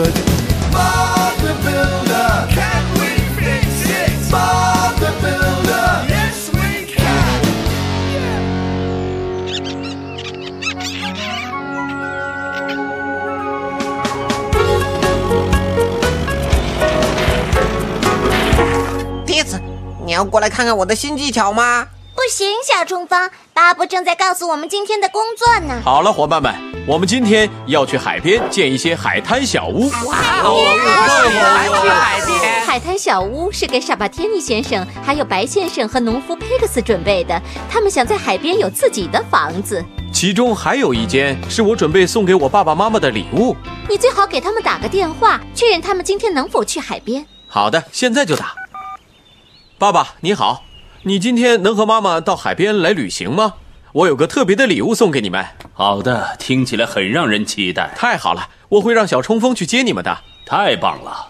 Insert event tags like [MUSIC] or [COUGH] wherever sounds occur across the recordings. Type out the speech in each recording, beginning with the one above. Bob the Builder. Can we fix it? Bob the Builder. Yes, we can. 弟子，你要过来看看我的新技巧吗？不行，小冲锋，巴布正在告诉我们今天的工作呢。好了，伙伴们，我们今天要去海边建一些海滩小屋。哎海滩小屋是给傻巴天尼先生、还有白先生和农夫佩克斯准备的，他们想在海边有自己的房子。其中还有一间是我准备送给我爸爸妈妈的礼物。你最好给他们打个电话，确认他们今天能否去海边。好的，现在就打。爸爸，你好，你今天能和妈妈到海边来旅行吗？我有个特别的礼物送给你们。好的，听起来很让人期待，太好了，我会让小冲锋去接你们的。太棒了！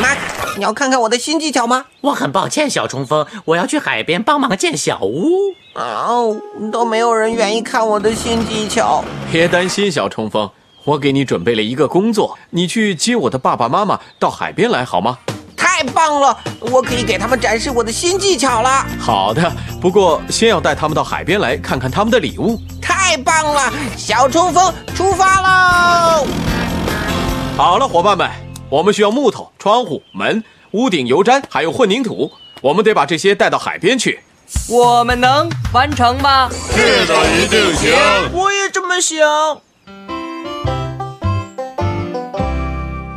妈，你要看看我的新技巧吗？我很抱歉，小冲锋，我要去海边帮忙建小屋。哦，都没有人愿意看我的新技巧。别担心，小冲锋，我给你准备了一个工作，你去接我的爸爸妈妈到海边来好吗？太棒了，我可以给他们展示我的新技巧了。好的，不过先要带他们到海边来看看他们的礼物。太棒了，小冲锋出发喽！好了，伙伴们，我们需要木头、窗户、门、屋顶油毡，还有混凝土，我们得把这些带到海边去。我们能完成吗？我也这么想。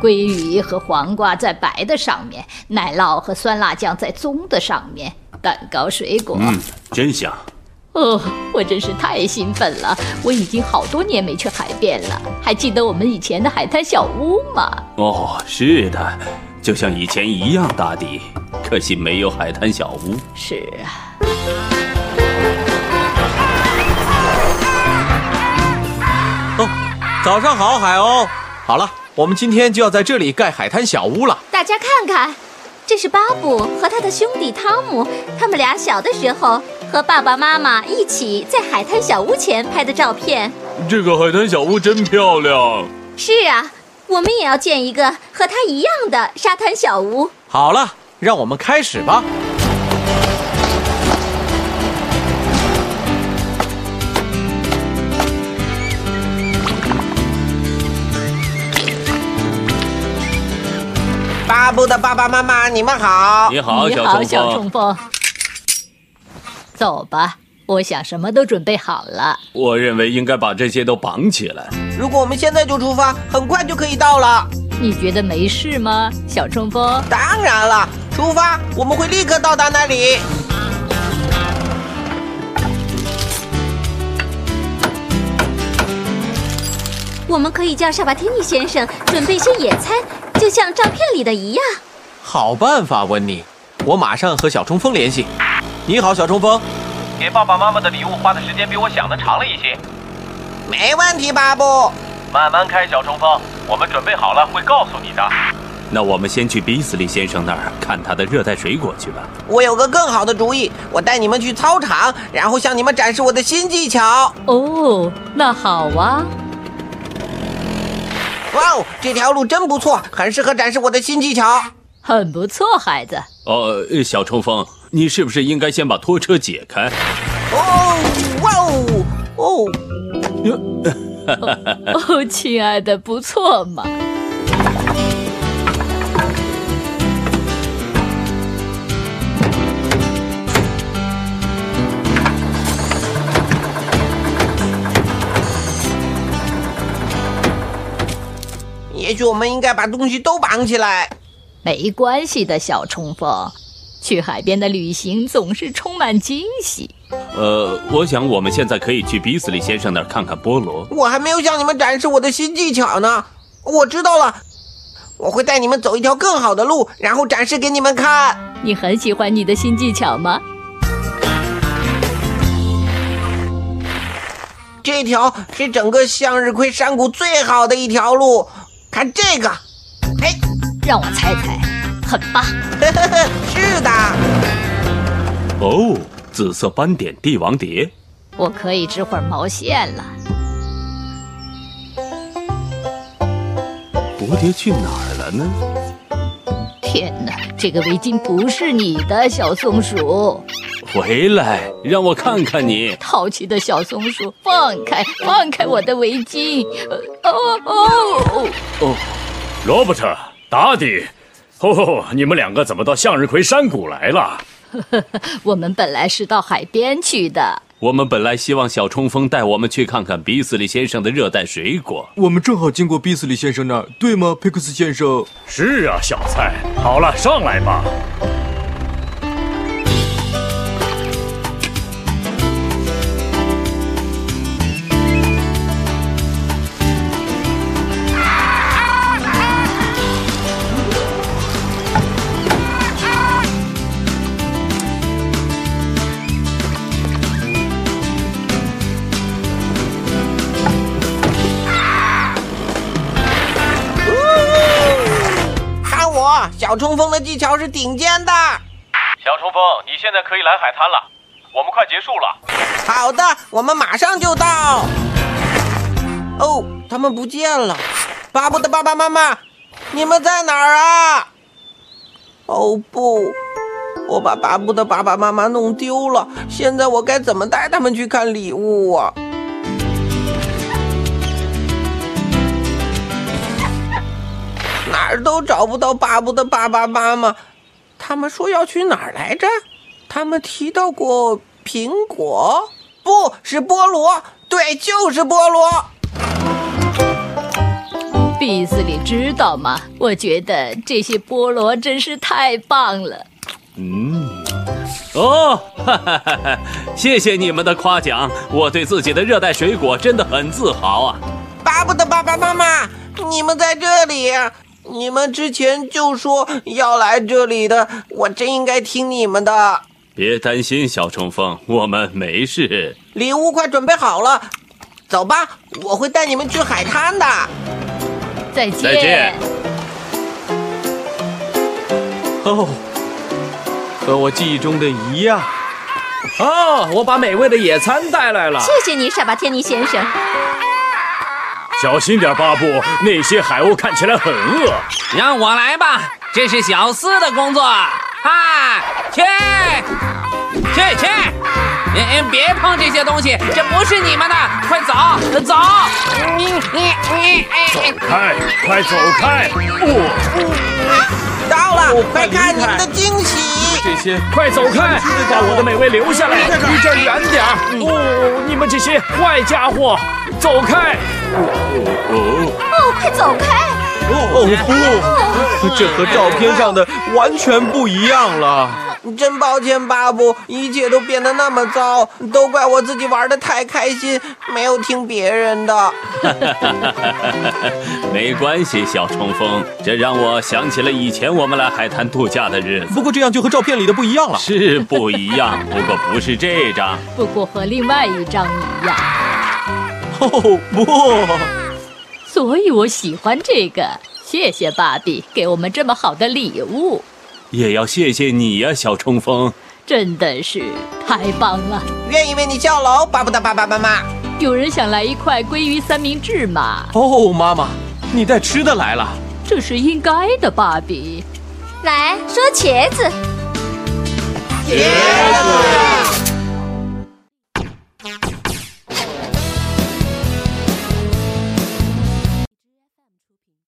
鲑鱼和黄瓜在白的上面，奶酪和酸辣酱在棕的上面，蛋糕、水果。嗯，真香。哦，我真是太兴奋了！我已经好多年没去海边了。还记得我们以前的海滩小屋吗？哦，是的，就像以前一样大抵，可惜没有海滩小屋。是啊，哦早上好，海鸥。好了，我们今天就要在这里盖海滩小屋了。大家看看，这是巴布和他的兄弟汤姆，他们俩小的时候和爸爸妈妈一起在海滩小屋前拍的照片。这个海滩小屋真漂亮。是啊，我们也要建一个和他一样的沙滩小屋。好了，让我们开始吧。巴布的爸爸妈妈，你们好。你好，你小好，冲小锋冲。锋。走吧，我想什么都准备好了。我认为应该把这些都绑起来。如果我们现在就出发，很快就可以到了。你觉得没事吗，小冲锋？当然了，出发，我们会立刻到达那里。我们可以叫沙巴天尼先生准备一些野餐，就像照片里的一样。好办法，温妮，我马上和小冲锋联系。你好，小冲锋。给爸爸妈妈的礼物花的时间比我想的长了一些。没问题，巴布。慢慢开，小冲锋，我们准备好了会告诉你的。那我们先去比斯利先生那儿看他的热带水果去吧。我有个更好的主意，我带你们去操场，然后向你们展示我的新技巧。哦，那好啊。哇哦，这条路真不错，很适合展示我的新技巧。很不错，孩子。哦，呃小冲锋，你是不是应该先把拖车解开？哦，哇哦，哦，哦，亲爱的，不错嘛。也许我们应该把东西都绑起来。没关系的，小冲锋。去海边的旅行总是充满惊喜。呃，我想我们现在可以去比斯利先生那儿看看菠萝。我还没有向你们展示我的新技巧呢。我知道了，我会带你们走一条更好的路，然后展示给你们看。你很喜欢你的新技巧吗？这条是整个向日葵山谷最好的一条路，看这个，哎，让我猜猜，很棒。 [LAUGHS] 是的。哦，紫色斑点帝王蝶，我可以织会儿毛线了。蝴蝶去哪儿了呢？天哪，这个围巾不是你的，小松鼠！回来，让我看看你。淘气的小松鼠，放开，放开我的围巾！呃哦哦，哦，罗伯特，达迪，哦，你们两个怎么到向日葵山谷来了？我们本来是到海边去的。我们本来希望小冲锋带我们去看看比斯利先生的热带水果。我们正好经过比斯利先生那儿，对吗，佩克斯先生？是啊，小蔡。好了，上来吧。看我，小冲锋的技巧是顶尖的。小冲锋，你现在可以来海滩了，我们快结束了。好的，我们马上就到。哦，他们不见了。巴布的爸爸妈妈，你们在哪儿啊？哦不，我把巴布的爸爸妈妈弄丢了，现在我该怎么带他们去看礼物啊？哪儿都找不到巴布的爸爸妈妈，他们说要去哪儿来着？他们提到过苹果，不是菠萝，对，就是菠萝。比斯里知道吗？我觉得这些菠萝真是太棒了。嗯，哦，哈哈哈哈！谢谢你们的夸奖，我对自己的热带水果真的很自豪啊。巴不得爸爸妈妈，你们在这里，你们之前就说要来这里的，我真应该听你们的。别担心，小冲锋，我们没事。礼物快准备好了，走吧，我会带你们去海滩的。再见。再见。哦，和我记忆中的一样。哦，我把美味的野餐带 [LAUGHS] 来了。谢谢你，傻巴天尼先生。小心点，巴布，那些海鸥看起来很饿。让我来吧，这是小斯的工作。啊，去，去去，嗯嗯，别碰这些东西，这不是你们的，快走走。你你你，哎，开，快走开！哦，到了，快看你们的惊喜！这些快走开！把我的美味留下来，离这儿远点儿。哦，你们这些坏家伙，走开！哦，哦，快走开！哦不，这和照片上的完全不一样了。真抱歉，巴布，一切都变得那么糟，都怪我自己玩的太开心，没有听别人的。没关系，小冲锋，这让我想起了以前我们来海滩度假的日子，[LAUGHS] 不过这样就和照片里的不一样了。是不一样，不过不是这张。不过和另外一张一样，哦不，所以我喜欢这个。谢谢芭比给我们这么好的礼物，也要谢谢你呀、小冲锋。真的是太棒了。愿意为你效劳，巴不得爸爸妈妈。有人想来一块鲑鱼三明治吗？哦妈妈，你带吃的来了。这是应该的，芭比。来说茄子，耶！